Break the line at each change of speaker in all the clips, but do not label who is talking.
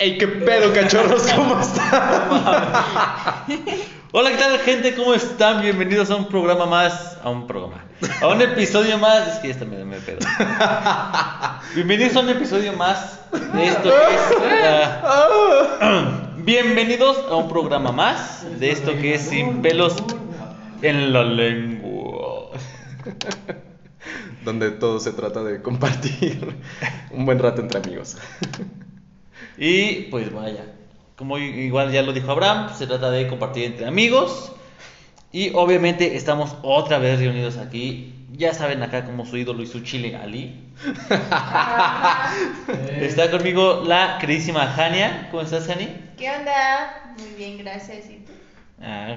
Ey, qué pedo, cachorros, ¿cómo están?
Hola, ¿qué tal, gente? ¿Cómo están? Bienvenidos a un programa más. A un programa. A un episodio más. Es que ya está me, me pedo. Bienvenidos a un episodio más de esto que es. uh, bienvenidos a un programa más de esto que es Sin pelos en la lengua.
Donde todo se trata de compartir un buen rato entre amigos.
Y pues vaya, como igual ya lo dijo Abraham, se trata de compartir entre amigos. Y obviamente estamos otra vez reunidos aquí. Ya saben acá como su ídolo y su chile Ali.
Eh.
Está conmigo la queridísima Jania. ¿Cómo estás, Jani?
¿Qué onda? Muy bien, gracias. ¿Y tú?
Ah,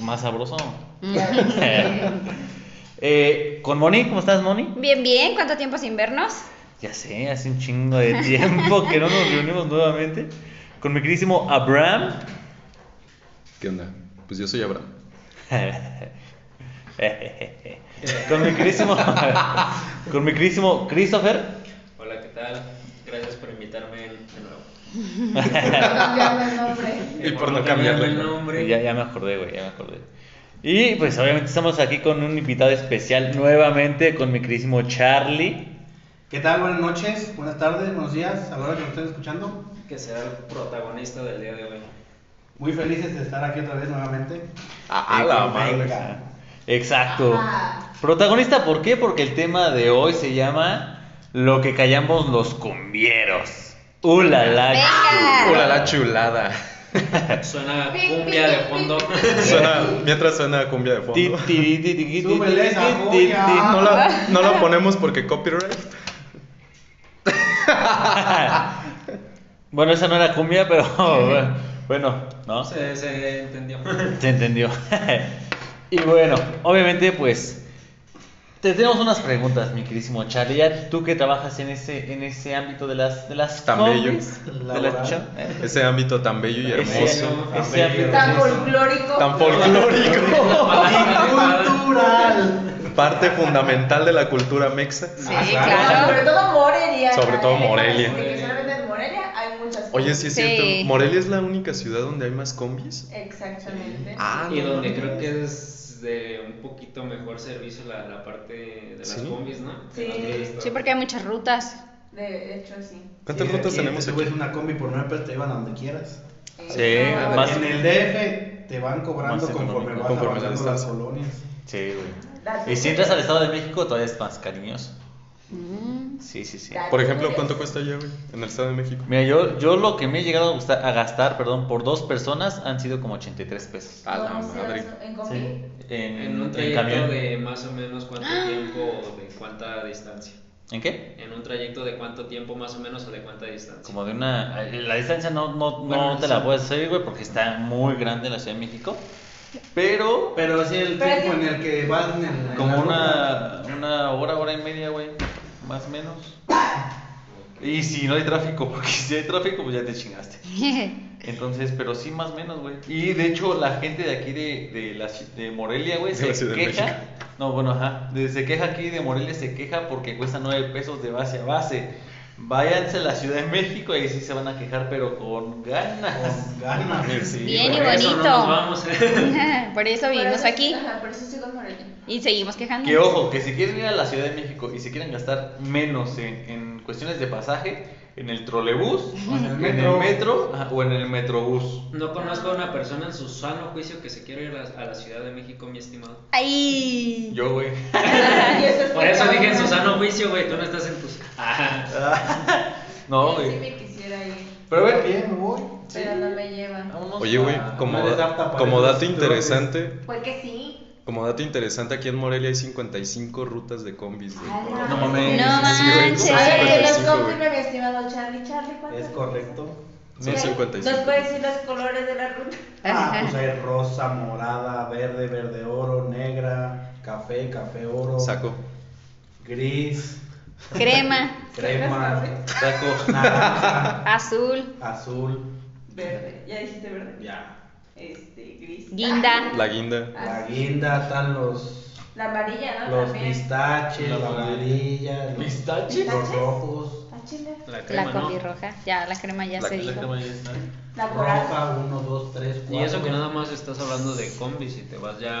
más sabroso.
Mm.
eh, con Moni, ¿cómo estás, Moni?
Bien, bien. ¿Cuánto tiempo sin vernos?
Ya sé, hace un chingo de tiempo que no nos reunimos nuevamente con mi queridísimo Abraham.
¿Qué onda? Pues yo soy Abraham.
con mi queridísimo con mi queridísimo Christopher.
Hola, ¿qué tal? Gracias por invitarme de nuevo.
y por no cambiarle el nombre.
Ya, ya me acordé, güey, ya me acordé. Y pues obviamente estamos aquí con un invitado especial nuevamente con mi queridísimo Charlie.
¿Qué tal? Buenas noches, buenas tardes, buenos días, a la hora que nos estén escuchando.
Que será el protagonista del día de hoy.
Muy felices de estar aquí otra vez nuevamente.
Ah, a la madre. Exacto. Ajá. Protagonista, ¿por qué? Porque el tema de hoy se llama Lo que callamos los cumbieros. ula la,
chul, uh, la chulada.
Suena cumbia de fondo.
Suena, mientras suena cumbia de fondo.
no,
la, no la ponemos porque copyright.
bueno, esa no era cumbia, pero bueno, ¿no?
Se, se entendió.
Se entendió. y bueno, obviamente, pues. Te tenemos unas preguntas, mi queridísimo Charlie. Ya tú que trabajas en ese, en ese ámbito de las de las
tan
combis,
bello.
de las cha-
Ese ámbito tan bello y hermoso.
Ese- ese ámbito
Tan
hermoso.
folclórico.
Tan folclórico.
Cultural.
Parte fundamental de la cultura mexa.
Sí,
Ah, claro.
claro. Sobre todo Morelia.
Sobre todo Morelia.
Desde que solamente en Morelia hay muchas cosas.
Oye, sí es
Sí.
cierto. ¿Morelia es la única ciudad donde hay más combis?
Exactamente.
Ah.
y donde creo que es de un poquito mejor servicio la, la parte de las
Sí.
combis, ¿no?
Sí.
Sí, porque hay muchas rutas.
De hecho, sí.
¿Cuántas rutas tenemos
Si
aquí?
subes una combi por nueve pesos, te llevan a donde quieras.
Sí,
Eso.
Más-
en el DF te van cobrando
Más
conforme
económico.
vas
Conforme la
avanzando las
distancia.
colonias.
Sí, güey. Y si entras al Estado de México, todavía es más cariñoso. Sí, sí, sí.
Por ejemplo, ¿cuánto cuesta allá, güey? En el Estado de México.
Mira, yo, yo lo que me he llegado a, gustar- a gastar, perdón, por dos personas han sido como 83 pesos.
Ah,
A la
¿Cómo se
madre.
hace? ¿En combi?
Sí. En,
En un
en
trayecto
camión.
de más o menos cuánto
Ah.
tiempo o de cuánta distancia.
¿En qué?
En un trayecto de cuánto tiempo más o menos o de cuánta distancia.
Como de una... La distancia no, no,
Bueno,
no te la
sí.
puedes hacer, güey, porque está muy grande la Ciudad de México. Pero
Pero sí, el
Pero
tiempo
es
en
que-
el que vas en el- en
como
la
una, una hora, hora y media, güey. Más o menos. Y si no hay tráfico, porque si hay tráfico, pues ya te chingaste. Entonces, pero sí más o menos, güey. Y de hecho, la gente de aquí de, de, la ci- de Morelia, güey,
De
se
la Ciudad de
queja.
México.
No, bueno, ajá. de- Se queja aquí de Morelia, se queja porque cuesta 9 pesos de base a base. Váyanse a la Ciudad de México y sí se van a quejar, pero con ganas.
Con ganas.
Eh, Sí,
Bien y
güey.
eso no
bonito.
nos vamos. ¿eh?
Por eso
Por
vivimos
eso-
aquí
Ajá, por eso estoy con Morelia.
y seguimos quejándonos.
Que ojo, que si quieren ir a la Ciudad de México y se quieren gastar menos en, en cuestiones de pasaje, en el trolebús,
O en
en
el
el
metro.
metro ajá, o en el metrobús.
No conozco a una persona en su sano juicio que se quiera ir a la, a la Ciudad de México, mi estimado.
Ay.
Yo, güey.
Y es
Por eso
porque-
dije en su sano juicio, güey, tú no estás en tus... Ah,
No,
Yo sí
güey.
me quisiera ir,
Pero a
Pero
ver,
bien, me voy.
pero no me llevan.
vámonos
Oye, güey,
a-
como,
no les
da-
apta para
como
esos
dato
drones.
interesante,
Pues que sí.
como dato interesante, aquí en Morelia hay 55 rutas de combis, güey.
Ala.
No mames.
No
Sí, güey,
manches.
sí,
A ver, que nos
55, güey.
confirme mi estimado Charlie. Charlie, ¿cuánto?
Es correcto.
Son
¿Nos
55.
puede decir los colores de la ruta?
Ah, pues hay rosa, morada, verde, verde oro, negra, café, café oro,
Saco.
gris,
Crema,
crema,
Taco.
naranja,
azul,
azul,
Verde. ¿Ya dijiste verde?
ya.
Este, gris. Ah,
guinda.
La guinda.
La guinda, están los,
La amarilla, ¿no?
los
También.
pistaches,
La
la amarilla, los,
¿Pistache?
los rojos,
chile.
La crema,
La
¿no?
roja. Ya, la crema ya
La
se
que la
dijo.
crema ya está.
La coral.
Roja, 1, 2, 3, 4.
Y eso que nada más estás hablando de combis y te vas ya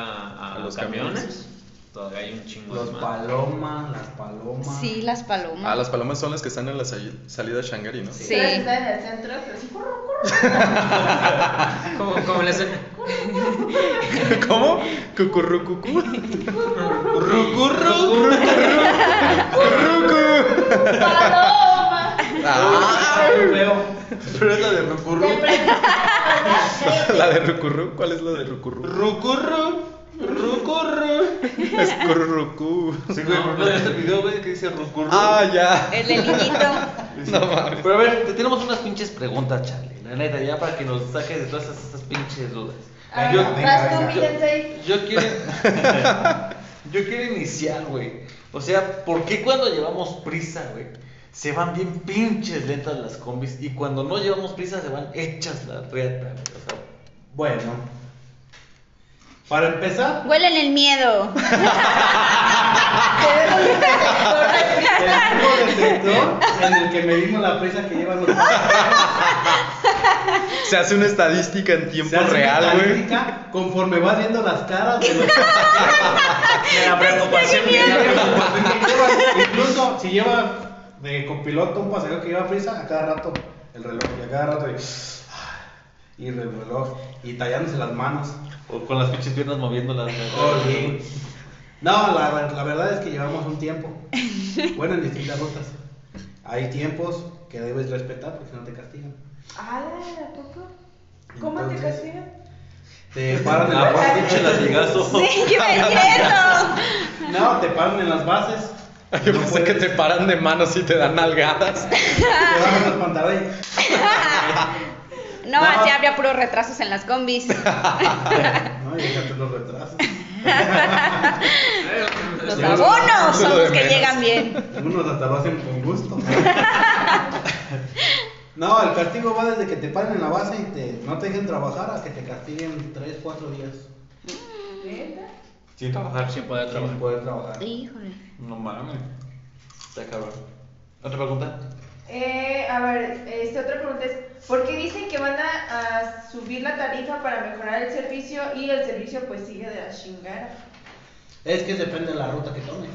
A
a,
los
los camiones, todavía hay un chingo
Los
de más.
palomas, las palomas.
Sí, las palomas.
Ah, las palomas son las que están en la sali- salida a Shangari, ¿no?
Sí.
Pero si está en el centro, pero así, corro, corro.
Como, como le hacen.
¿Cómo? Cucurrucucú.
¡Paloma!
Ah,
Pero es la de Rucurru.
Te pregunto,
la de Rucurru. ¿Cuál es la de Rucurru?
Rucurru. Rucurru.
Es Currucú.
Sí, güey, pero no este video, güey, que dice Rucurru.
Ah, ya.
El del niñito.
No mames.
Pero a ver, te tenemos unas pinches preguntas, Charlie. La neta, ya para que nos saques de todas estas, estas pinches dudas.
A ver,
Yo-
vas tú,
venga,
mi
venga.
sensei.
Yo quiero, yo quiero iniciar, güey. O sea, ¿por qué cuando llevamos prisa, güey? Se van bien pinches lentas las combis y cuando no llevamos prisa se van hechas la reata, güey. O sea,
Bueno, para empezar,
Huelen el miedo.
el mismo detector en el que medimos la presa que llevan los
Se hace una estadística en tiempo
Se hace
real, güey.
estadística Conforme vas viendo las caras de los
Me la preocupación que ya tengo.
Incluso si lleva de copiloto un pasajero que lleva prisa, a cada rato el reloj, y a cada rato y, y el reloj, y tallándose las manos.
o con las pinches piernas moviéndolas. güey.
Oye. No, la, la verdad es que llevamos un tiempo. Bueno, en distintas rutas. Hay tiempos que debes respetar porque si no te castigan.
¡Hala, ¿a poco? ¿Cómo te
Entonces,
castigan?
Te paran en
Ah,
las
pues,
bases.
pinche latigazo.
Sí, yo me entiendo.
No, te paran en las bases.
Yo
No
pensé que
puedes-
te paran de manos y te dan nalgadas.
Te bajan los pantalones.
No,
No.
así habría puros retrasos en las combis.
No, y déjate los retrasos.
Los
Ya los-
abonos
eso es
son
lo de
los que
menos.
llegan bien.
Algunos hasta lo hacen con gusto. No, el castigo va desde que te paren en la base y te, no te dejen trabajar a que te castiguen 3, 4 días
¿Neta?
Sin trabajar.
Trabajar sin poder
sin
trabajar.
poder trabajar.
Híjole.
No mames. Está cabrón. ¿Otra pregunta?
Eh, a ver, este, otra pregunta es, ¿por qué dicen que van a, a subir la tarifa para mejorar el servicio y el servicio pues sigue de la chingada?
Es que depende de la ruta que tomes.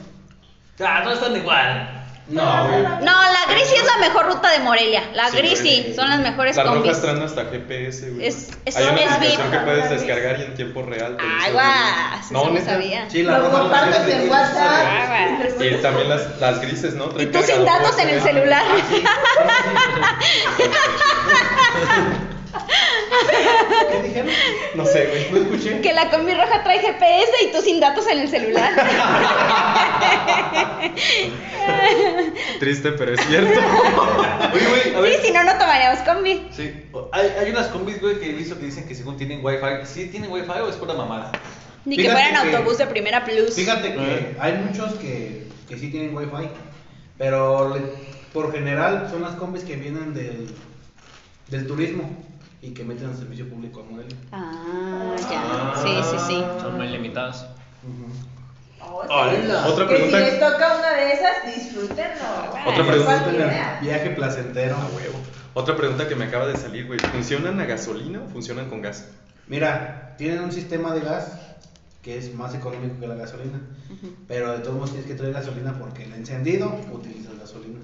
Ah, no están igual.
No, güey.
No, la gris sí es la mejor ruta de Morelia. La
Sí,
gris
güey.
sí, son las mejores
Las
combis.
rojas traen hasta GPS, güey.
Es- es-
Hay una
es
aplicación
VIP.
que puedes descargar y en tiempo real. te dice,
Ay,
güey.
guas,
No,
eso no
neta.
sabía.
Sí, la
Lo
ropa
compartas en WhatsApp. Eh,
Aguas.
Y también las, las grises, ¿no?
Y
Traen
tú sin
cargador
datos en el
USB.
celular.
¿Qué dijeron?
No sé, güey.
No escuché.
Que la combi roja trae GPS y tú sin datos en el celular.
Triste, pero es cierto.
Oye, güey, a ver.
Sí, si no, no tomaríamos combi.
Sí, o- hay, hay unas combis, güey, que he visto que dicen que según tienen wifi. ¿Sí tienen wifi o es pura mamada?
Ni que
Fíjate
fueran
que-
autobús de primera plus.
Fíjate que
Eh.
hay muchos que, que sí tienen wifi, pero le- por general son las combis que vienen del, del turismo y que meten al servicio público a Morelia.
Ah, ya. Sí, sí, sí.
Son muy limitadas.
Ah,
Hola.
Otra
Que
pregunta.
Si les toca una de esas, disfrútenlo.
Otra
No
pregunta.
falta idea.
Viaje placentero.
A huevo. Otra pregunta que me acaba de salir, güey. ¿Funcionan a gasolina o funcionan con gas?
Mira, tienen un sistema de gas que es más económico que la gasolina, pero de todos modos tienes que traer gasolina porque el encendido utiliza gasolina.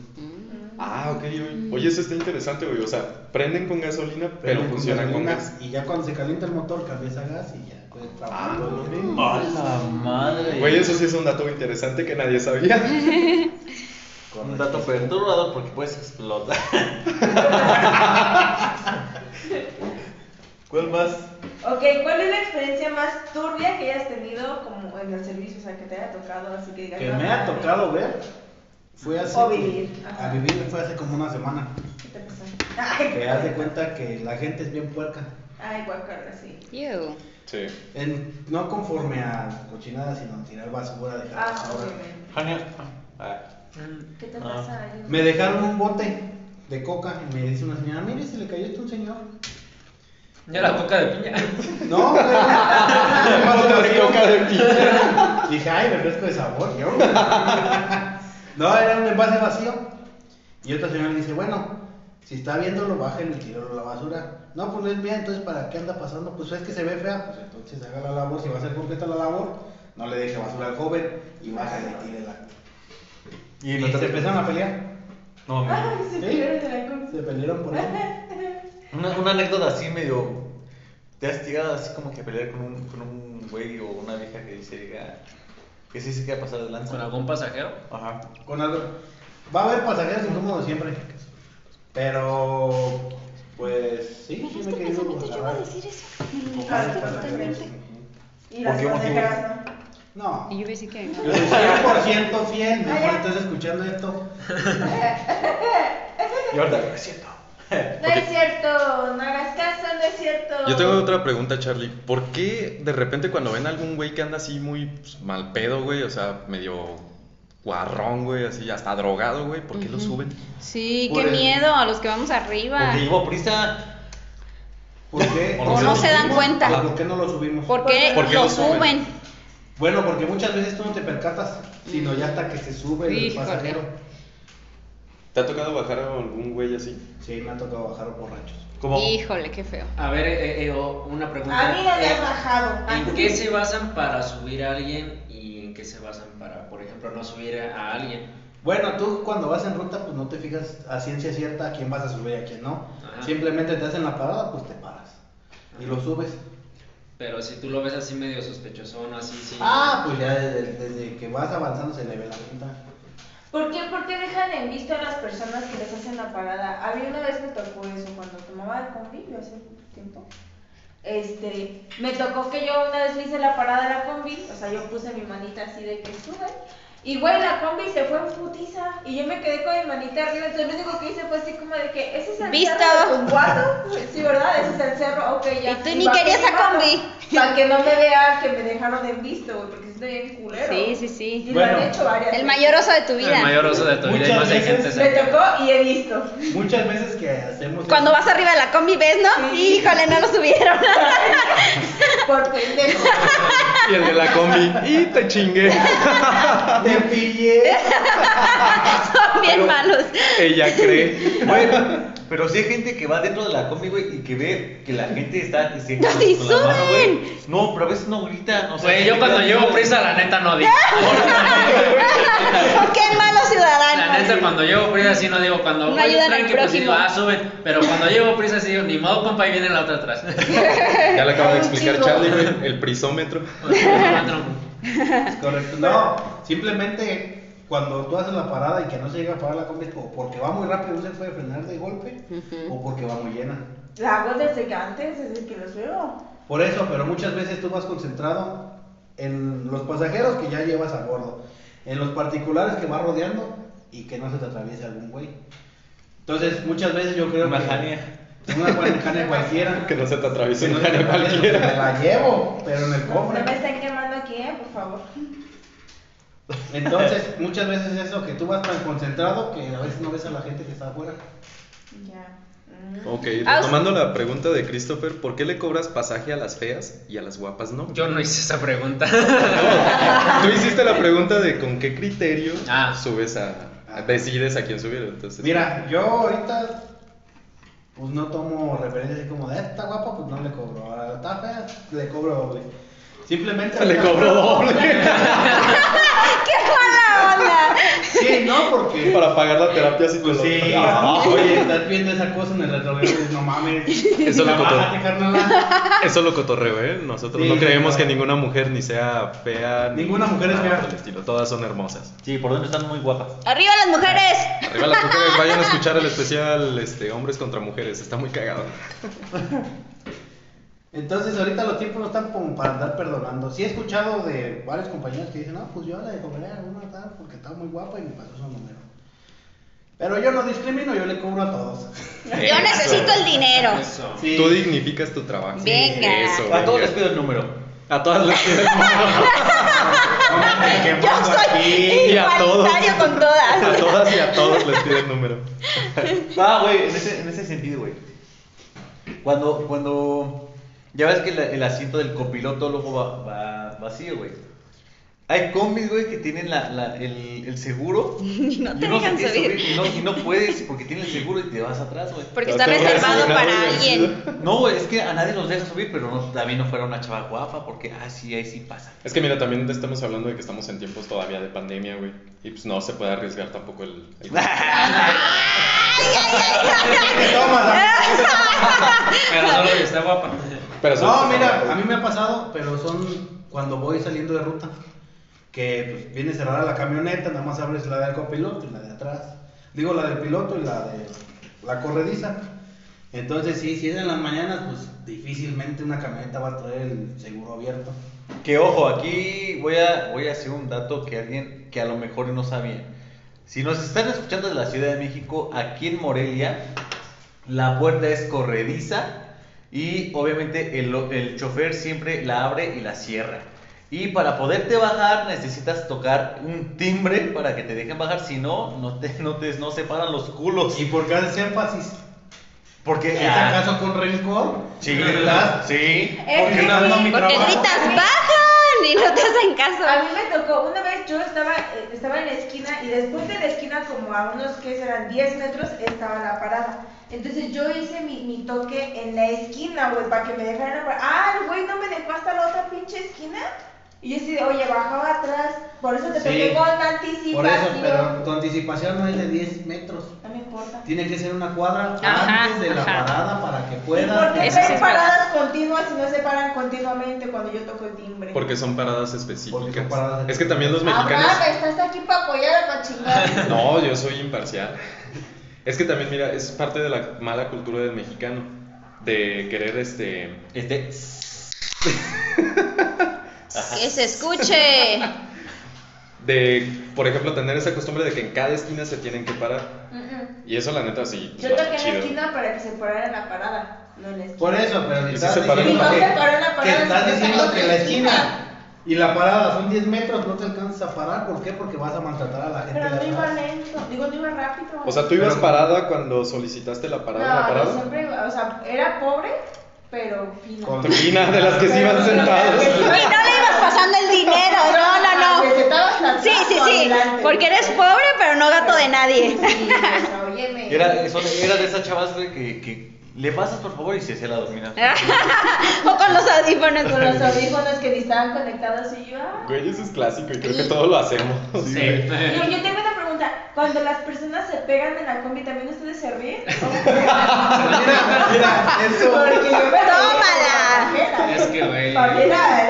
Ah, ok, güey. Oye, eso está interesante, güey. O sea, prenden con gasolina, pero
Prenden
funcionan con
gasolina
gas.
Y ya cuando se calienta el motor, cambias a gas y ya puedes
Ah,
trabajar. todo el día.
la madre!
Güey, eso sí es un dato interesante que nadie sabía.
Un dato perturbador porque puedes explotar. ¿Cuál más?
Ok, ¿cuál es la experiencia más turbia que hayas tenido como en el servicio? O sea, que te haya tocado, así que digas...
que
no,
me ha tocado ver fue hace
O vivir, ajá.
a vivir fue hace como una semana
¿Qué te pasó?
que haz de cuenta que la gente es bien puerca
Ay, guacarra, sí.
You.
Sí.
En- no conforme a cochinadas sino tirar basura dejar
Ah,
basura.
obviamente. ¿Qué te
Ah.
pasa? Ay,
me dejaron un bote de coca y me dice una señora mire se le cayó esto a un señor
Ya la coca de piña.
no güey, no, no, no, no,
Coca de piña.
Dije, ay, refresco de sabor, yo. no, era un envase vacío. Y otra señora le dice, bueno, si está viéndolo, bájelo y tíralo a la basura. No, pues no es mía, entonces ¿para qué anda pasando? Pues es que se ve fea, pues entonces haga la labor, si va a ser completa la labor, no le deje basura al joven y bájale y tírela.
Y
Y
no
se
te
empezaron a pelear.
No,
Ay,
mira.
se
¿Sí?
pelearon de la cruz.
Se pelearon por eso.
Una, una anécdota así medio. Te has llegado así como que a pelear con un, con un güey o una vieja que dice que sí se queda pasar de lanza.
¿Con algún pasajero?
Ajá.
Con algo. Va a haber pasajeros incómodos siempre. Pero, pues, sí, sí
¿Me
me
que
he querido
pensamiento yo iba a
agarrar.
decir eso? Me lo
Claro,
negaste
claro,
totalmente.
Y las
¿Por qué motivo?
consejeras, ¿no?
No.
Y yo iba a decir que.
Yo soy 100% fiel, mejor estás escuchando esto.
Y ahorita, lo siento.
No es cierto, no hagas caso, no es cierto.
Yo tengo otra pregunta, Charlie. ¿Por qué de repente cuando ven a algún güey que anda así muy pues, mal pedo, güey? O sea, medio guarrón, güey, así, hasta drogado, güey. ¿Por qué lo
Ujú.
suben?
Sí,
Por
qué
el-
miedo a los que vamos arriba.
Porque llevo prisa.
¿Por qué?
O
¿Por qué
no
lo
se
dan
subimos?
cuenta.
¿Por qué no lo subimos?
¿Por qué,
¿Por qué
lo
lo suben?
suben?
Bueno, porque muchas veces tú no te percatas, sino ya hasta que se sube el
Híjole.
pasajero.
¿Te ha tocado bajar a algún güey así?
Sí, me ha tocado bajar borrachos.
Como.
Híjole, qué feo.
A ver, eh, eh, o- una pregunta.
A mí no me
Eh,
has bajado.
¿En qué se basan para subir a alguien y en qué se basan para, por ejemplo, no subir a a alguien?
Bueno, tú cuando vas en ruta, pues no te fijas a ciencia cierta a quién vas a subir y a quién no.
Ajá.
Simplemente te hacen la parada, pues te paras. Y lo subes.
Pero si tú lo ves así medio sospechoso, no así, sí.
Ah, pues ya desde, desde que vas avanzando se le ve la pinta.
¿Por qué, ¿Por qué dejan en vista a las personas que les hacen la parada? A mí una vez me tocó eso cuando tomaba el combi, yo hace tiempo. Este, me tocó que yo una vez le hice la parada a la combi, o sea, yo puse mi manita así de que sube. Y güey, la combi se fue en putiza y yo me quedé con mi manita arriba, entonces lo único que hice fue así como de que, ¿ese es el
Visto.
cerro de Tumbato? Sí, ¿verdad? Ese es el cerro, ok, ya.
Y tú ni
bajé
querías
mi
la
mano,
combi.
Para que no me vea que me dejaron en visto, güey, porque si estoy bien culero.
Sí, sí, sí.
Y lo
Bueno,
han hecho varias
El
veces.
mayor oso de tu vida.
El mayor oso de tu vida y
Muchas
más hay gente
veces
Me
cerca.
tocó y he visto.
Muchas veces que hacemos.
Cuando vas arriba de la combi, ¿ves, no?
Sí.
Híjole, no lo subieron.
Por pendejo.
Y el de la combi. ¡Y te chingué!
a. ¡Te pillé!
Son bien malos.
Ella cree.
Bueno, pero si hay gente que va dentro de la combi, güey, y que ve que la gente está. Se,
¡No, sí
con la mano, güey.
suben!
No, pero a veces no gritan. O sea,
Güey, yo cuando llevo prisa, la neta no digo.
¡Qué malos ciudadanos!
La neta, cuando llevo prisa, sí no digo. Cuando
No
voy
ayudan al
tranqui, pues sí digo,
prójimo.
ah, suben. Pero cuando llevo prisa, sí digo, ni modo, compa, y viene la otra atrás.
Ya le acabo de
Ay, un
explicar
chingo.
Charlie, güey, el prisómetro.
Es correcto. No, simplemente cuando tú haces la parada y que no se llega a parar la combi, o porque va muy rápido y no se puede frenar de golpe,
Ujú.
o porque va muy llena.
La hago desde que antes, desde que los veo.
Por eso, pero muchas veces tú vas concentrado en los pasajeros que ya llevas a bordo, en los particulares que vas rodeando y que no se te atraviese algún güey. Entonces, muchas veces yo creo
Una
que-
jania.
Una jania cualquiera.
Que no se te atraviese
Que no
un
se te
cara
atraviese,
cualquiera.
porque Me la llevo, pero en el
No me
cofre.
estén quemando aquí, ¿eh? Por favor.
Entonces, muchas veces es eso, que tú vas tan concentrado que a veces no ves a la gente que está afuera.
Ya. Mm.
Ok,
Ah,
retomando la pregunta de Christopher, ¿por qué le cobras pasaje a las feas y a las guapas no?
Yo no hice esa pregunta.
Tú hiciste la pregunta de con qué criterio
Ah.
subes a, a- decides a quién subir. Entonces,
Mira, yo ahorita pues no tomo referencias así como de esta guapa, pues no le cobro. A está fea, le cobro doble. Simplemente
le cobro doble
¡Qué mala onda!
Sí, no, porque
para pagar la terapia
pues sí,
psicológica.
oye, estás viendo esa cosa en el retrovisor, pues, no mames.
Eso
la
lo
bájate, carnal.
Eso lo cotorreo, ¿eh? Nosotros
Sí,
no creemos
no.
que ninguna mujer ni sea fea. ni
Ninguna mujer es
nada
fea.
por el estilo. Todas son hermosas.
Sí, por dentro están muy guapas.
¡Arriba las mujeres!
Arriba las mujeres, vayan a escuchar el especial este, Hombres contra Mujeres. Está muy cagado.
Entonces, ahorita los tiempos no están como para andar perdonando. Sí he escuchado de varios compañeros que dicen, no, pues yo le cobré a una tal porque estaba muy guapa y me pasó su número. Pero yo no discrimino, yo le cobro a todos.
Yo necesito el dinero.
Eso.
Sí.
Tú dignificas tu trabajo.
Venga.
Eso,
A todos les
venga.
pido el número.
A todas les pido.
Yo soy
y a todos.
igualitario con todas.
A todas y a todos les pido el número.
Ah, güey, en ese, en ese sentido, güey. Cuando, cuando. Ya ves que la- el asiento del copiloto luego va, va vacío, güey. Hay combis, güey, que tienen la, la- el, el seguro.
Y no
y
te
uno se
dejan
quiere
subir.
Y no, y no puedes porque tiene el seguro y te vas atrás, güey.
Porque está
Pero te voy a
reservado
decir,
para
no, güey.
alguien.
No, güey, es que a nadie nos deja subir, pero no, también no fuera una chava guapa porque, ah, sí, ahí sí pasa.
Es que mira, también estamos hablando de que estamos en tiempos todavía de pandemia, güey. Y pues no se puede arriesgar tampoco el. el-
Pero no lo que está guapa.
Pero son-
No, mira, a mí me ha pasado, pero son cuando voy saliendo de ruta. Que pues, viene cerrada la camioneta, nada más abres la del copiloto y la de atrás. Digo, la del piloto y la de la corrediza. Entonces, sí, si es en las mañanas, pues difícilmente una camioneta va a traer el seguro abierto.
Que ojo, aquí voy a, voy a hacer un dato que alguien que a lo mejor no sabía. Si nos están escuchando de la Ciudad de México, aquí en Morelia, la puerta es corrediza y obviamente el, el chofer siempre la abre y la cierra. Y para poderte bajar necesitas tocar un timbre para que te dejen bajar, si no, no te, no te no se paran los culos.
¿Y por qué haces énfasis?
Porque
¿Es acaso con rencor?
Sí,
¿Verdad?
sí.
Es
Porque
que
no, no,
sí.
mi
Porque
trabajo.
gritas, bajan y no te hacen
A mí
caso.
me tocó, una vez yo estaba, eh, estaba en la esquina y después de la esquina, como a unos que serán 10 metros, estaba la parada. Entonces yo hice mi, mi toque en la esquina, güey, para que me dejaran la parada. Ah, el güey no me dejó hasta la otra pinche esquina. Y yo así de, oye, bajaba atrás. Por eso te
Sí.
toqué con
Por eso,
anticipación.
pero tu anticipación no es de 10 metros.
No me importa.
Tiene que ser una cuadra
Ajá,
antes de la
ajá.
parada para que
¿Y por
pueda.
qué
Eso sí
hay
es
paradas continuas y no se paran continuamente cuando yo toco el timbre?
Porque son paradas
Porque
específicas.
son paradas
Es que también los mexicanos.
Abraham, estás aquí para apoyar a la chingada.
No, yo soy imparcial. Es que también, mira, es parte de la mala cultura del mexicano. De querer, este.
Este,
Que se escuche.
De, por ejemplo, tener esa costumbre de que en cada esquina se tienen que parar.
Mm, mm.
Y eso, la neta, sí.
Yo
está
toqué en la
chido.
esquina para que se parara en la parada, no en la esquina.
Por eso, pero
Y
si
si
estás
se paró en la
diciendo que,
parada. Se paró en la
que
parada,
estás
se
diciendo
paró
que
en
la
la
esquina
esquina.
y la parada son 10 metros, no te alcanzas a parar. ¿Por qué? Porque vas a maltratar a la gente.
Pero
de
no iba
atrás.
lento, digo, no iba rápido.
O sea, tú ibas
Pero-
parada cuando solicitaste la parada.
no,
la
yo
parada.
siempre iba- o sea, era pobre, pero fino.
Con-
Fina, de las que se iban sentados.
Y no le ibas pasando el dinero. No, no, no. Sí, sí, sí. Porque eres pobre, pero no gato de nadie.
Sí, o sea, óyeme.
Era, son- era de esas chavas, güey, que, que le pasas por favor y se hacía la domina.
O con los audífonos.
Con los audífonos que ni estaban conectados y yo, ah.
Güey, eso es clásico y creo que todos lo hacemos.
Sí.
Yo, yo tengo una pregunta, cuando las personas se pegan en la combi, ¿también ustedes se ríen? Porque yo
Mira, mira, eso.
me reí
Tómala.
con Pamela.
Es que, güey.
Pamela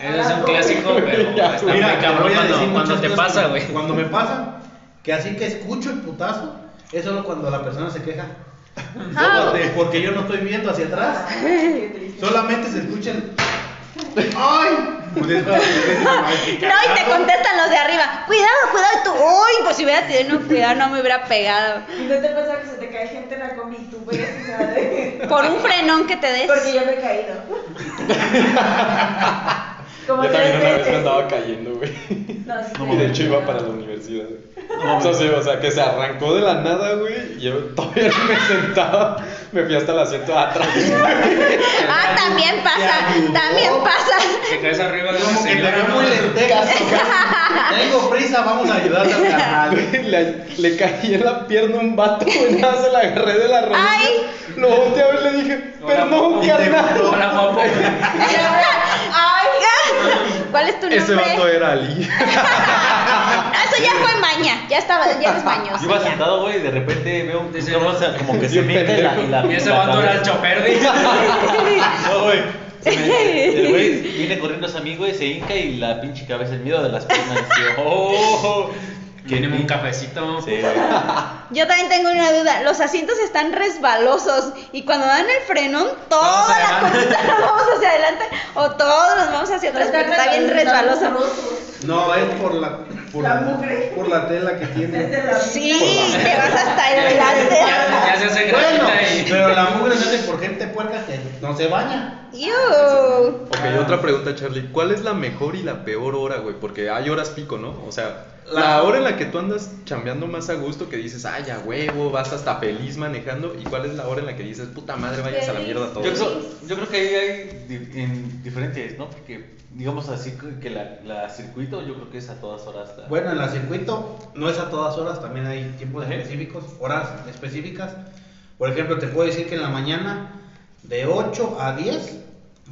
era...
Es un clásico, pero está muy
Mira,
cabrón
voy a
cuando,
decir
cuando
muchas
te
cosas
pasa,
que-
güey.
Cuando me pasa, que así que escucho el putazo, es solo cuando la persona se queja. Porque- Porque yo no estoy viendo hacia atrás.
Ah. Qué triste.
Solamente se escucha el. ¡Ay! Pues es para-
No, y te contestan los de arriba. Cuidado, cuidado. y Tú, uy, pues si hubiera tenido cuidado, no me hubiera pegado.
¿Y no te pasa que se te cae gente en la combi y tú pegas y se va de-
Por un frenón que te des.
Porque yo me he caído. Como
Yo
tres
también una vez me
veces.
andaba cayendo, güey.
No, sí,
Y
sí.
de hecho iba para la universidad. o, sea, sí, o sea, que se arrancó de la nada, güey. Y yo todavía no me sentaba. Me fui hasta el asiento de atrás.
Ah, también pasa. También pasa.
Te caes arriba de una
Como que te
señora.
veo
¿no?
muy lentejas. Tengo prisa, vamos a ayudarte a mi carnal.
Güey, Le, le caí en la pierna a un vato, güey. Nada, se la agarré de la rodilla.
Ay.
Lo volteé a ver y le dije,
Hola,
perdón,
guapo.
carnal.
Hola, guapo.
Ay, ¿cuál es tu nombre?
Ese vato era Ali.
Ah, eso ya fue maña. Ya estaba, ya eres mañoso.
Yo iba
ya.
sentado, güey, y de repente veo un
Dice,
cabrón, o sea, como que se
Bien
mete la, y la.
Y ese
la
vato era el
cabeza.
chofer, güey.
No, güey. Se me- El güey viene corriendo hacia mí, güey, se hinca y la pinche cabeza, el miedo de las piernas. y yo, oh,
Tienen un cafecito.
Sí, güey.
Yo también tengo una duda. Los asientos están resbalosos y cuando dan el frenón, toda
hacia
la
adelante.
colita nos vamos hacia adelante o todos nos vamos hacia atrás porque está bien resbaloso.
mugrosos.
No, es por la, por
La mugre.
Por la tela que tiene.
Desde la-
Sí, te vas hasta adelante.
Ya, ya se hace
Bueno,
grasita
pero la mugre se hace por gente puerca que no se baña.
Iu.
Ok, otra pregunta, Charlie. ¿Cuál es la mejor y la peor hora, güey? Porque hay horas pico, ¿no? O sea, la,
La-
hora en la que tú andas chambeando más a gusto, que dices, ay, a huevo, vas hasta feliz manejando. ¿Y cuál es la hora en la que dices, puta madre, vayas a la mierda
Yo,
todo?
creo- yo creo que ahí hay di- en diferentes, ¿no? Porque, digamos así, que la, la circuitos circuito yo creo que es a todas horas. la-
Bueno, en el circuito no es a todas horas, también hay tiempos específicos, horas específicas. Por ejemplo, te puedo decir que en la mañana de 8 a 10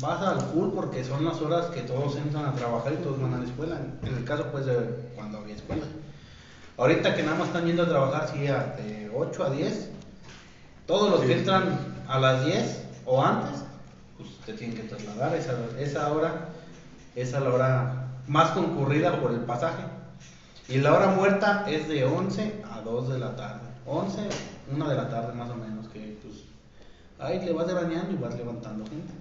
vas al pool porque son las horas que todos entran a trabajar y todos van a la escuela. En el caso, pues, de cuando había escuela. Ahorita que nada más están yendo a trabajar, sí, a- de 8 a 10. Todos los que entran a las 10 o antes, pues te tienen que trasladar. Esa, esa hora es a la hora más concurrida por el pasaje. Y la hora muerta es de 11 a 2 de la tarde. 11, 1 de la tarde más o menos. Que pues ahí le vas bañando y vas levantando gente.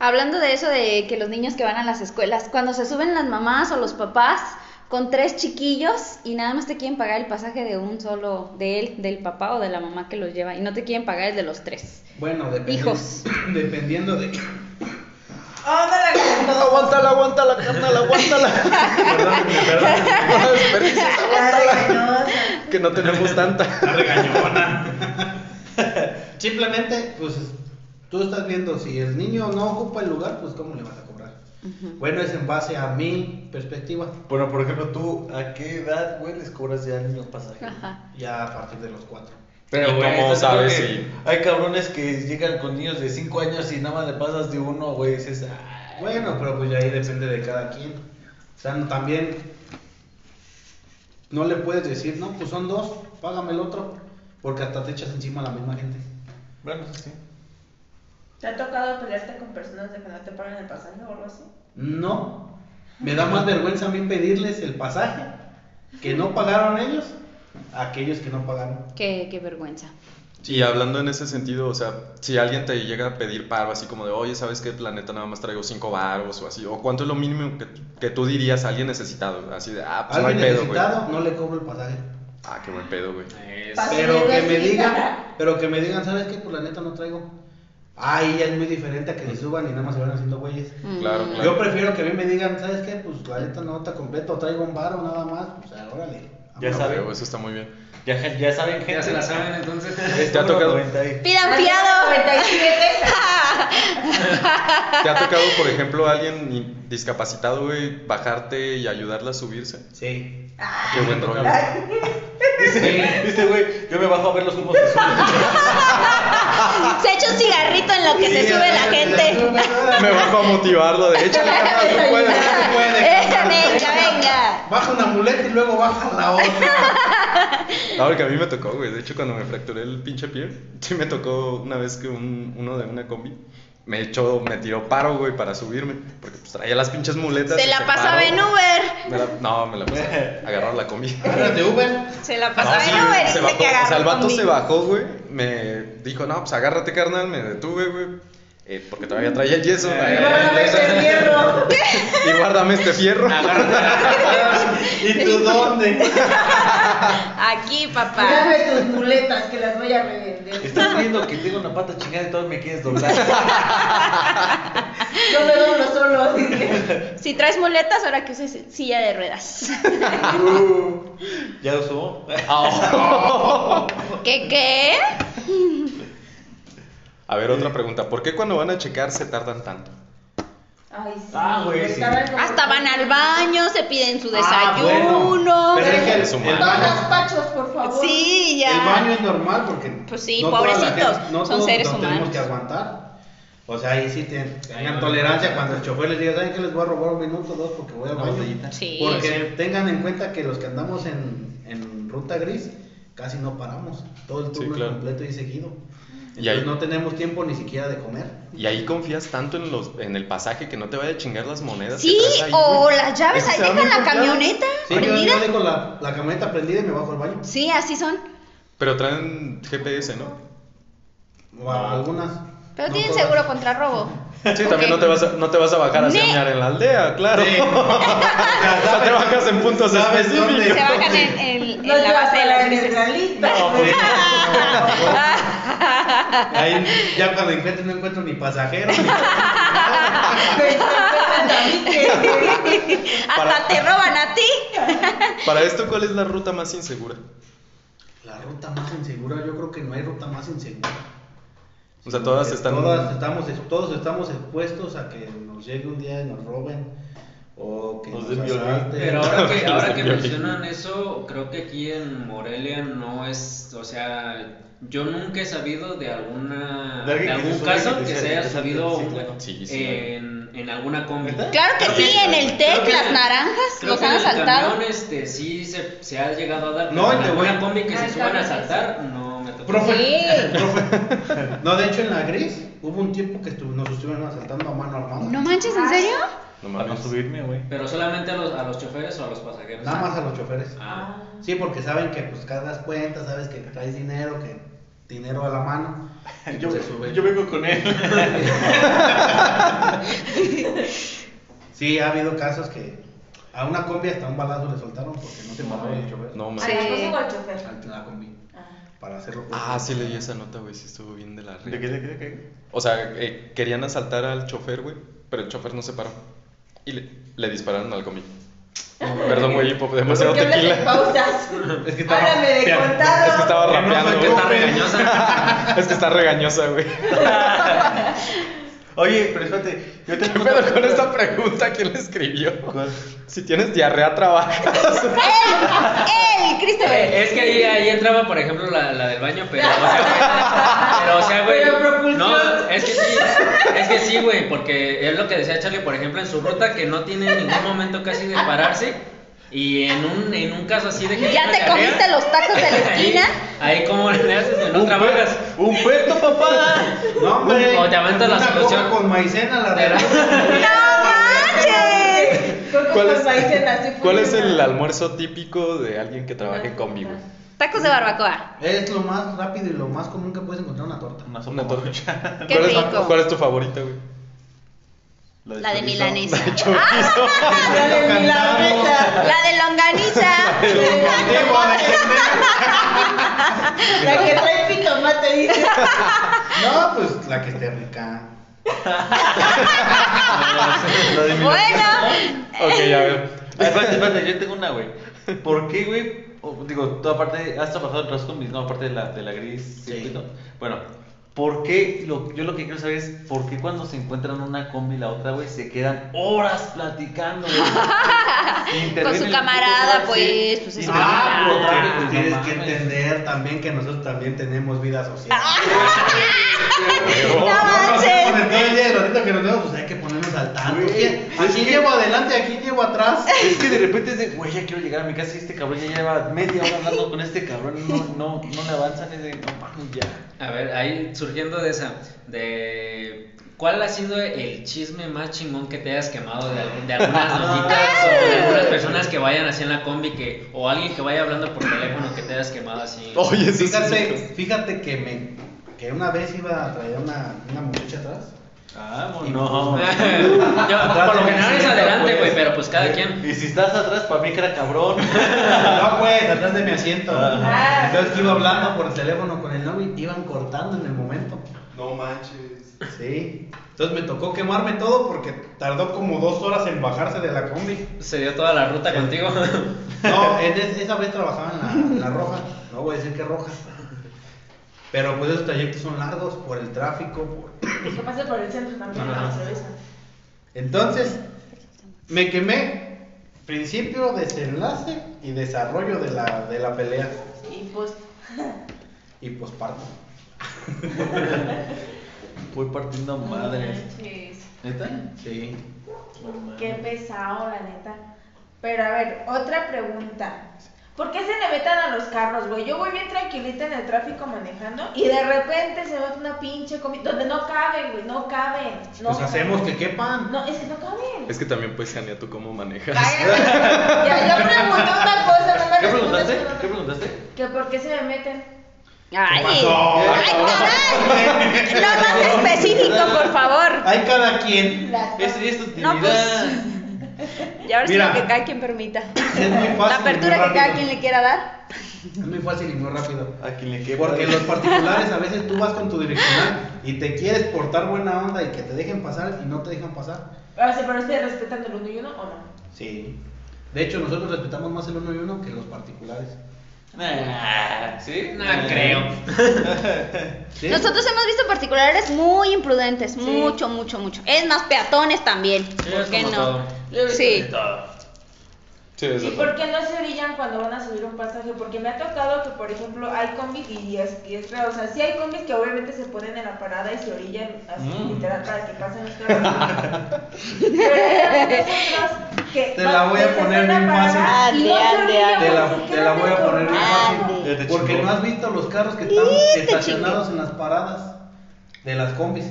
Hablando de eso de que los niños que van a las escuelas, cuando se suben las mamás o los papás con tres chiquillos y nada más te quieren pagar el pasaje de un solo, de él, del papá o de la mamá que los lleva y no te quieren pagar el de los tres.
Bueno, dependi-
Hijos.
dependiendo de.
Ándala, con todo.
aguántala, aguántala, carnal, aguántala.
Perdón, perdón.
No, espérense,
La regañosa.
que no tenemos tanta.
La regañona.
Simplemente, pues tú estás viendo si el niño no ocupa el lugar, pues cómo le vas a cobrar. Bueno, es en base a mi perspectiva.
Bueno, por ejemplo, tú, ¿a qué edad, güey, les cobras ya al niño pasaje?
Ajá.
Ya a partir de los 4.
¿Y
güey,
cómo
estás de
sabes
acuerdo que Hay cabrones que llegan con niños de 5 años y nada más le pasas de uno, güey, y dices, "Ah, "Ay".
Bueno, pero pues ya ahí depende de cada quien. O sea, no- también no le puedes decir, no, pues son dos, págame el otro, porque hasta te echas encima a la misma gente.
Bueno, eso sí.
¿Te ha tocado pelearte con personas de que no te pagan el pasaje o algo así?
No, me da más vergüenza a mí pedirles el pasaje que no pagaron ellos a aquellos que no pagaron.
Qué, qué vergüenza.
Y hablando en ese sentido, o sea, si alguien te llega a pedir paro, así como de, oye, ¿sabes qué planeta nada más traigo cinco varos o así? ¿O cuánto es lo mínimo que, que tú dirías a alguien necesitado? Así de, ah, pues no hay
Alguien
pedo, güey.
necesitado no le cobro el pasaje.
Ah, qué buen pedo, güey.
Es-
Pasa.
Pero que me
necesita.
digan, pero que me digan, ¿sabes qué? Pues la neta no traigo. Ahí ya es muy diferente a que se suban y nada más se van haciendo güeyes.
Mm.
Claro, claro.
Yo prefiero que a mí me digan, ¿sabes qué? Pues la neta no está completo, traigo un bar o nada más. Pues ah, órale.
Ya
No,
sabe.
güey, Eso está muy bien.
Ya, ya saben, gente.
Ya se la saben, entonces.
Es
¿Te ha
número
tocado?
90 ahí.
Pidan
Ah,
fiado.
97.
¿Te ha tocado, por ejemplo, a alguien in- discapacitado, güey, bajarte y ayudarla a subirse?
Sí.
Qué buen rollo.
Dice, dice, güey, yo me bajo a ver los humos que suben.
Se echa un cigarrito en lo que se sube la gente.
Me bajo a motivarlo, de hecho,
tú puedes, tú puedes.
Eh, venga, venga.
Baja una muleta y luego baja la otra.
Ahora que a mí me tocó, güey. De hecho, cuando me fracturé el pinche pie, sí me tocó una vez que un, uno de una combi me echó, me tiró paro, güey, para subirme. Porque pues traía las pinches muletas.
Se
y
la pasaba
paró.
en Uber.
Me la- no, me la pasaba. Agarrar la combi.
Ahora de Uber.
Se la
No,
pasaba
sí,
en Uber y
se
se
bajó,
que
o sea, el
agarró
vato
conmigo.
se bajó, güey. Me dijo, no, pues agárrate, carnal. Me detuve, güey. eh, porque todavía traía el yeso.
Guárdame
este
ese hierro.
y guárdame este fierro.
¿Y tú dónde?
Aquí, papá.
Dame tus muletas que las voy a revender.
Estás viendo que tengo una pata chingada y todavía me quieres doblar.
Yo me doblo solo, así que.
Si traes muletas, ahora que uses silla de ruedas.
Uh, ya usó.
¿Qué qué?
A ver, otra pregunta. ¿Por qué cuando van a checar se tardan tanto?
Ay, sí.
Ah, güey, sí.
Estaban como-
Hasta van al baño, se piden su
Ah,
desayuno.
Pero es que el-
Su
el
madre.
Dos
baño-
despachos, por favor.
Sí,
El baño
ya.
es normal porque.
Pues sí,
toda la
pobrecitos,
gente- no
son
todos
seres
nos tenemos
humanos.
que aguantar. O sea, ahí sí te- tengan
no,
tolerancia
no,
cuando
no.
el chofer les diga, ¿saben que les voy a robar un minuto o dos porque voy al
Una
baño?
botellita.
Sí.
Porque tengan en cuenta que los que andamos en, en ruta gris casi no paramos. Todo el
Sí,
turno es
claro.
completo y seguido.
Y
Entonces
ahí-
no tenemos tiempo ni siquiera de comer.
Y ahí confías tanto en, los, en el pasaje que no te vaya a chingar las monedas.
Sí,
que traes ahí,
o
güey.
las llaves
Eso
ahí
se va
dejan
bien
la
confiado.
camioneta
Sí, yo,
prendida.
yo dejo la, la camioneta prendida y me bajo al baño.
Sí, así son.
Pero traen GPS, ¿no?
O a algunas.
Pero
no
tienen
todas.
seguro contra robo.
Sí, también no te vas a, no te vas a bajar a
Ni-
señalar en la aldea, claro.
Sí.
O sea, te bajas en puntos
¿Sabes
Se
específicos.
dónde?
bajan en, en-
No
en
te vas
la base
a
de
la
los grises.
centralita.
pues.
Ahí ya cuando encuentro no encuentro ni pasajeros.
Hasta te roban a ti.
Para esto, ¿cuál es la ruta más insegura?
La ruta más insegura, yo creo que no hay ruta más insegura. Eh,
O sea,
Eh,
todas están.
Todas estamos, todos estamos expuestos a que nos llegue un día y nos roben. o que
Los
nos
de violín.
asalte.
Pero ahora que, ahora que
Violín.
mencionan eso, creo que aquí en Morelia no es, o sea, yo nunca he sabido de alguna,
De
de,
alguien que
algún
se sube,
caso
que
que,
te
se
sea-
haya
que sea-
subido
sí, claro.
Sí, sí,
en, en alguna combi.
¿Verdad?
Claro que
Creo
sí,
que-
en el
creo
TEC,
que-
las naranjas,
Creo
los
que
han
en el
asaltado.
camión, este, sí se, se ha llegado a dar,
No,
pero en
y te voy-
alguna combi que
Ah,
se suban a
claro que sí.
saltar, no me tocó.
Profe,
Sí.
profe. No, de hecho en la gris hubo un tiempo que estu- nos estuvieron asaltando a mano armada.
No manches, ¿en serio?
No
Para no
mames.
subirme, güey.
Pero solamente a los, a los choferes o a los pasajeros.
Nada más a los choferes.
Ah.
Sí, porque saben que pues cargas cuentas, sabes que traes dinero, que dinero a la mano. Y yo,
Yo vengo con él.
Sí, ha habido casos que a una combi hasta un balazo le soltaron porque no se paró el chofer.
No
¿A
mames.
Sí.
la esposa o al chofer?
Al- la combi.
Ah.
Para hacerlo.
Ah, sí leí esa nota, güey, sí estuvo bien de la red.
¿De qué, de qué, de qué?
O sea, eh, querían asaltar al chofer, güey, pero el chofer no se paró. Y le, le dispararon al combi. Perdón, güey, por demasiado
¿Por qué hablas en
tequila.
pausas?
Es que estaba.
Háblame de
Pero-
contado.
Es que estaba
Que no
rapeando,
soy
güey.
yo, güey.
Es que está regañosa, güey.
Oye, pero espérate. Yo
¿Qué
tengo
pedo
otra
con esta
pregunta.
pregunta? ¿Quién la escribió?
¿Cuál?
Si tienes diarrea, trabajas.
¡Ey, Christopher!
Eh, es que ahí, ahí entraba, por ejemplo, la, la del baño, pero, o sea, pero, o sea, güey,
Pero propulsión.
no, es que sí, es que sí, güey, porque es lo que decía Charlie, por ejemplo, en su ruta, que no tiene ningún momento casi de pararse, y en un, en un caso así de que...
¿Ya te comiste los tacos de la esquina?
Ahí, ahí como le haces, güey, no trabajas.
¡Un peto, papá!
No, hombre.
O te aventas la
Una
solución.
coca con maicena la
Te la-
regalo.
¡Manches!
Coco
¿Cuál
con
es,
maicena, así
cuál es
poniendo.
el almuerzo típico de alguien que trabaja en combi, güey?
Tacos de barbacoa.
Es lo más rápido y lo más común que puedes encontrar una torta.
Una sopa
Una
marucha.
torta.
Qué
¿Cuál es,
rico.
cuál es tu favorita, güey?
La de
chorizo.
milanesa.
La de milanesa.
La de longaniza.
La que trae jitomate, dice.
No, pues la que esté rica.
La de milanesa.
Bueno,
Ok, a ver.
Ay, espérate, espérate, yo tengo una, güey. ¿Por qué, güey? O, Digo, tú aparte, has trabajado en otras combis, ¿no? Aparte de la, de la gris.
Sí.
circuito. Bueno, ¿por qué? Lo, yo lo que quiero saber es, ¿por qué cuando se encuentran una combi y la otra, güey, se quedan horas platicando, güey? Intervienen
Con su
en el
camarada,
puto bar, sí.
pues, pues, es
Y
su
también-
camarada.
Ah,
otra vez,
pues,
no
tienes que
mames.
entender también que nosotros también tenemos vida social.
no
Con
manches.
el todo el día de ratito que nos vemos, pues hay que ponernos al tanto.
Güey,
¿Quién- ¿A
es
quién
que-
llevo adelante? ¿A quién llevo atrás?
Es que de repente es de, güey, ya quiero llegar a mi casa y este cabrón ya lleva media hora hablando con este cabrón, no, no, no le avanzan, es de, no mames, ya.
A ver, ahí surgiendo de esa, de cuál ha sido el chisme más chingón que te hayas quemado de, algún- de algunas loquitas o de algunas personas que vayan así en la combi que, o alguien que vaya hablando por teléfono que te hayas quemado así.
Oye, sí, sí, sí.
Fíjate, fíjate que me que una vez iba a traer una, una muchacha atrás.
Vámonos.
Yo, Ah, por lo general es adelante, güey,
Pues.
pero pues cada quien.
Y si estás atrás, para mí que era cabrón.
No, pues, atrás de mi asiento.
Ah.
Entonces que iba hablando por teléfono con el novio y te iban cortando en el momento. No manches. Sí. Entonces me tocó quemarme todo porque tardó como dos horas en bajarse de la combi.
Se dio toda la ruta contigo.
No, en es- esa vez trabajaba en la, en la roja, no voy a decir que roja. Pero pues esos trayectos son largos por el tráfico. por-
Que pasa por el centro también,
Ajá.
la cerveza.
Entonces, me quemé principio, desenlace y desarrollo de la, de la pelea.
Y pues,
Y pues parto.
Voy partiendo madre.
manches.
¿Neta?
Sí.
Qué pesado, la neta. Pero a ver, otra pregunta. ¿Por qué se le metan a los carros, güey? Yo voy bien tranquilita en el tráfico manejando y de repente se mete una pinche comida donde no caben, güey, no caben. No
pues
caben.
hacemos que quepan.
No, es que no caben.
Es que también puedes janear tú cómo manejas.
Cállate. ya, yo pregunté una cosa, no me
¿Qué
respondas
preguntaste?
una.
¿Qué preguntaste?
Que por qué se me meten.
Ay,
pasó?
ay, caray. No más específico, por favor.
Hay cada quien.
Las
Es, es tu intimidad.
No, pues. Y ahora sí
Mira.
lo que cada quien permita.
Es muy fácil.
La
y muy
apertura que cada
rápido.
quien le quiera dar.
Es muy fácil y muy rápido.
A quien le
Que
quepa.
Porque los particulares a veces tú vas con tu direccional y te quieres portar buena onda y que te dejen pasar y no te dejan pasar.
Ah, sí, pero estoy respetando el uno y uno o no.
Sí. De hecho, nosotros respetamos más el uno y uno que los particulares.
Nah, Ah, ¿Sí?
No
Nah.
creo.
¿Sí?
Nosotros hemos visto particulares muy imprudentes,
Sí.
mucho, mucho, mucho. Es más, peatones también. ¿Por
es
qué
como
no?
todo.
Yo he visto
Sí.
de todo.
Sí,
¿Y
eso.
por qué no se orillan cuando van a subir un pasaje? Porque me ha tocado que, por ejemplo, hay combis y es, y es feo. O sea, sí hay combis que obviamente se ponen en la parada y se orillan así,
Mm.
literal, para que pasen los carros. Pero eran nosotros que
Te la voy a
van- se
poner
hacen
bien
la
fácil.
parada y no se
Ande, ande,
orillan,
Te la,
pues, se
te la
quedan
voy a poner bien
Ande.
fácil.
Ya te
Porque
chingó.
no has visto los carros que están
Y te
estacionados en las paradas de las combis.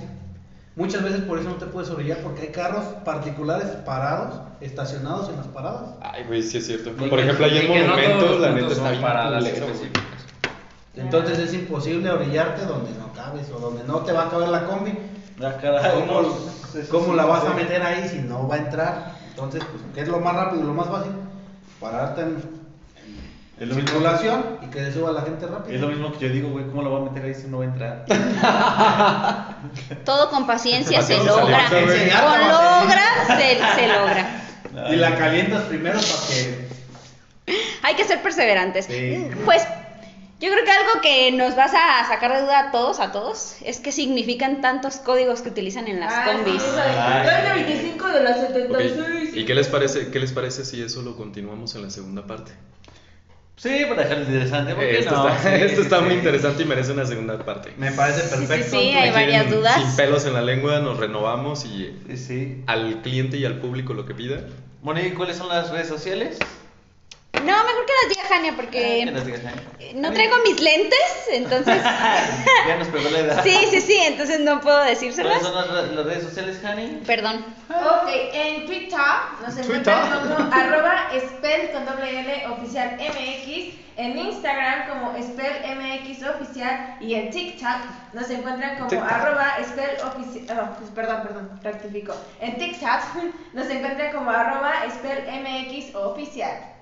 Muchas veces por eso no te puedes orillar porque hay carros particulares parados, estacionados en las paradas.
Ay, güey, sí es cierto.
Y
Por
que-
ejemplo, ahí
y
en
que no todos
Monumentos,
los
la
puntos
neta está
son
bien
paradas
culero, güey.
específicas.
Entonces es imposible orillarte donde no cabes o donde no te va a caber la combi.
Ah, caray,
¿Cómo,
no, sí, sí,
cómo la
sí,
vas
sí.
a meter ahí si no va a entrar? Entonces, pues, ¿qué es lo más rápido y lo más fácil? Pararte en,
Es
en
lo mismo.
circulación y que se suba la gente rápido.
Es lo mismo que yo digo, güey, ¿cómo la voy a meter ahí si no va a entrar?
Todo con paciencia se
Paciencia,
logra.
paciencia, güey.
Con logra se, se logra.
Y la calientas primero para que.
Hay que ser perseverantes.
Sí.
Pues yo creo que algo que nos vas a sacar de duda a todos, a todos, es que significan tantos códigos que utilizan en las
Ah,
combis.
sí, eso de-
Ay.
Trae de 25 de las
Ok,
76.
¿Y qué les parece, qué les parece si eso lo continuamos en la segunda parte?
Sí, para dejarlo interesante, ¿por qué
esto
no?
está,
Sí,
esto
sí,
está
sí.
muy interesante y merece una segunda parte.
Me parece
Sí, sí,
perfecto.
sí, hay
Aquí
varias
en-
dudas.
Sin pelos en la lengua, nos renovamos y
Sí, sí.
al cliente y al público lo que pida.
Moni, ¿cuáles son las redes sociales?
Eh, No, mejor que las diga Jania porque
Eh, que nos digas, eh.
eh, no traigo mis lentes, entonces...
Ya nos pegó la edad.
sí, sí, sí, entonces no puedo
¿Cuáles
decírselas.
son las, las redes sociales, Hani?
Perdón.
Ok, en Twitter nos encuentran como arroba spell con doble L oficial MX, en Instagram como spell MX oficial y en TikTok nos encuentran como
TikTok.
arroba spell oficial, perdón, perdón, rectifico, en TikTok nos encuentran como arroba spell MX oficial.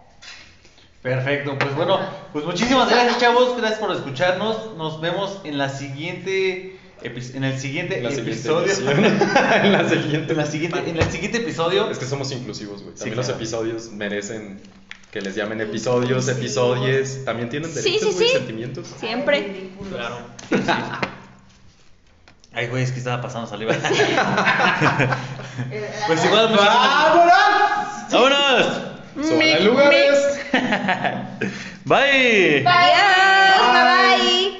Perfecto, pues bueno, pues muchísimas gracias, chavos. Gracias por escucharnos. Nos vemos en la siguiente epi- en el siguiente
En la siguiente
episodio.
edición. en la siguiente.
en, la siguiente, en el siguiente episodio.
Es que somos inclusivos, güey.
Sí,
También los
claro.
episodios merecen que les llamen episodios, episodios. También tienen
Sí,
derechos,
sí,
güey,
sí.
sentimientos.
Ay,
Siempre.
ridículos.
Claro.
Ay, güey, es que estaba pasando saliva.
Eh,
Pues igual, muchísimas
¡Vámonos!
¡Vámonos!
Sobran lugares.
Bye.
Bye.
Adiós, bye bye.